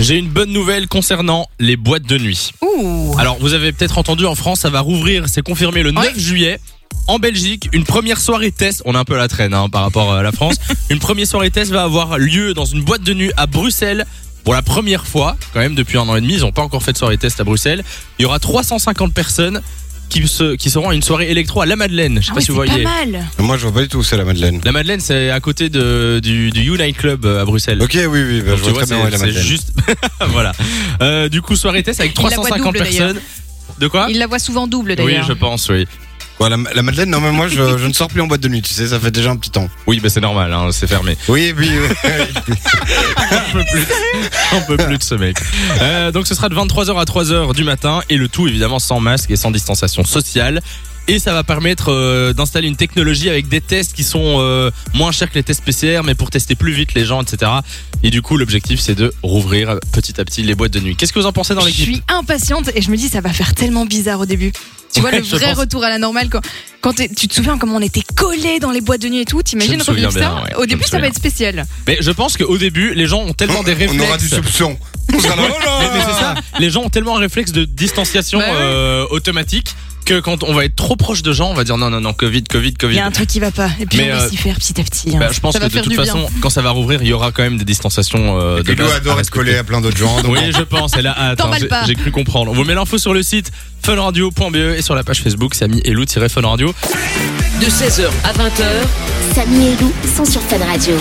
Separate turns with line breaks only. J'ai une bonne nouvelle concernant les boîtes de nuit.
Ouh.
Alors, vous avez peut-être entendu en France, ça va rouvrir, c'est confirmé le 9 juillet. En Belgique, une première soirée test, on est un peu à la traîne hein, par rapport à la France, une première soirée test va avoir lieu dans une boîte de nuit à Bruxelles pour la première fois, quand même depuis un an et demi, ils n'ont pas encore fait de soirée test à Bruxelles. Il y aura 350 personnes qui, se- qui seront à une soirée électro à la Madeleine. Je sais
Ah
pas
ouais,
si vous
c'est
voyez.
pas mal.
Moi, je vois pas du tout, c'est la Madeleine.
La Madeleine, c'est à côté de, du, du Unite Club euh, à Bruxelles.
Ok, oui, oui, bah,
Donc,
je
tu
vois très
vois,
bien où
c'est-
est la
c'est
Madeleine.
juste. voilà. Euh, du coup, soirée test avec
Il la voit
350
double,
personnes. De quoi
Il la voit souvent double
Ah. Oui,
d'ailleurs.
je pense, oui.
Ouais, la, la Madeleine, non, mais moi, je, je ne sors plus en boîte de nuit, tu sais, ça fait déjà un petit temps.
Oui, mais c'est normal, hein, c'est fermé.
Oui, et puis.
Ah,
On peut plus, on peut plus de ce mec. Euh, donc ce sera de 23h à 3h du matin et le tout évidemment sans masque et sans distanciation sociale. Et ça va permettre euh, d'installer une technologie avec des tests qui sont euh, moins chers que les tests PCR, mais pour tester plus vite les gens, etc. Et du coup, l'objectif, c'est de rouvrir petit à petit les boîtes de nuit. Qu'est-ce que vous en pensez dans
Je
l'équipe
suis impatiente et je me dis ça va faire tellement bizarre au début. Tu vois
Ouais,
le
je
vrai
pense.
retour à la normale quand, quand t'es- tu te souviens comment on était collés dans les boîtes de nuit et tout.
Je
T'imagines
me souviens
revivre ça
bien, ouais, je
Au
me
début ça va
souviens.
être spécial.
Mais je pense qu'au début, les gens ont tellement des réflexes.
Oh, On aura du soupçon. On sera là, oh là
Mais, mais c'est ça, les gens ont tellement un réflexe de distanciation
Bah ouais.
euh, automatique que quand on va être trop proche de gens, on va dire non, non, non, Covid, Covid,
Il
Covid.
y a un truc qui va pas et puis
Mais,
on va
euh,
s'y faire petit à petit. hein.
Bah, je pense
ça
que
va
de
faire
toute
du bien.
façon, quand ça va rouvrir, il y aura quand même des distanciations euh, de
Et Lou
base à
adore être
respecter.
collé à plein d'autres gens. donc-
Oui, je pense. Elle a hâte, hein,
T'emballes
j'ai-
pas.
J'ai cru comprendre. On vous met l'info sur le site funradio.be E et sur la page Facebook Samy et Lou-Fun Radio.
De 16h à 20h,
Samy et Lou sont sur Fan Radio.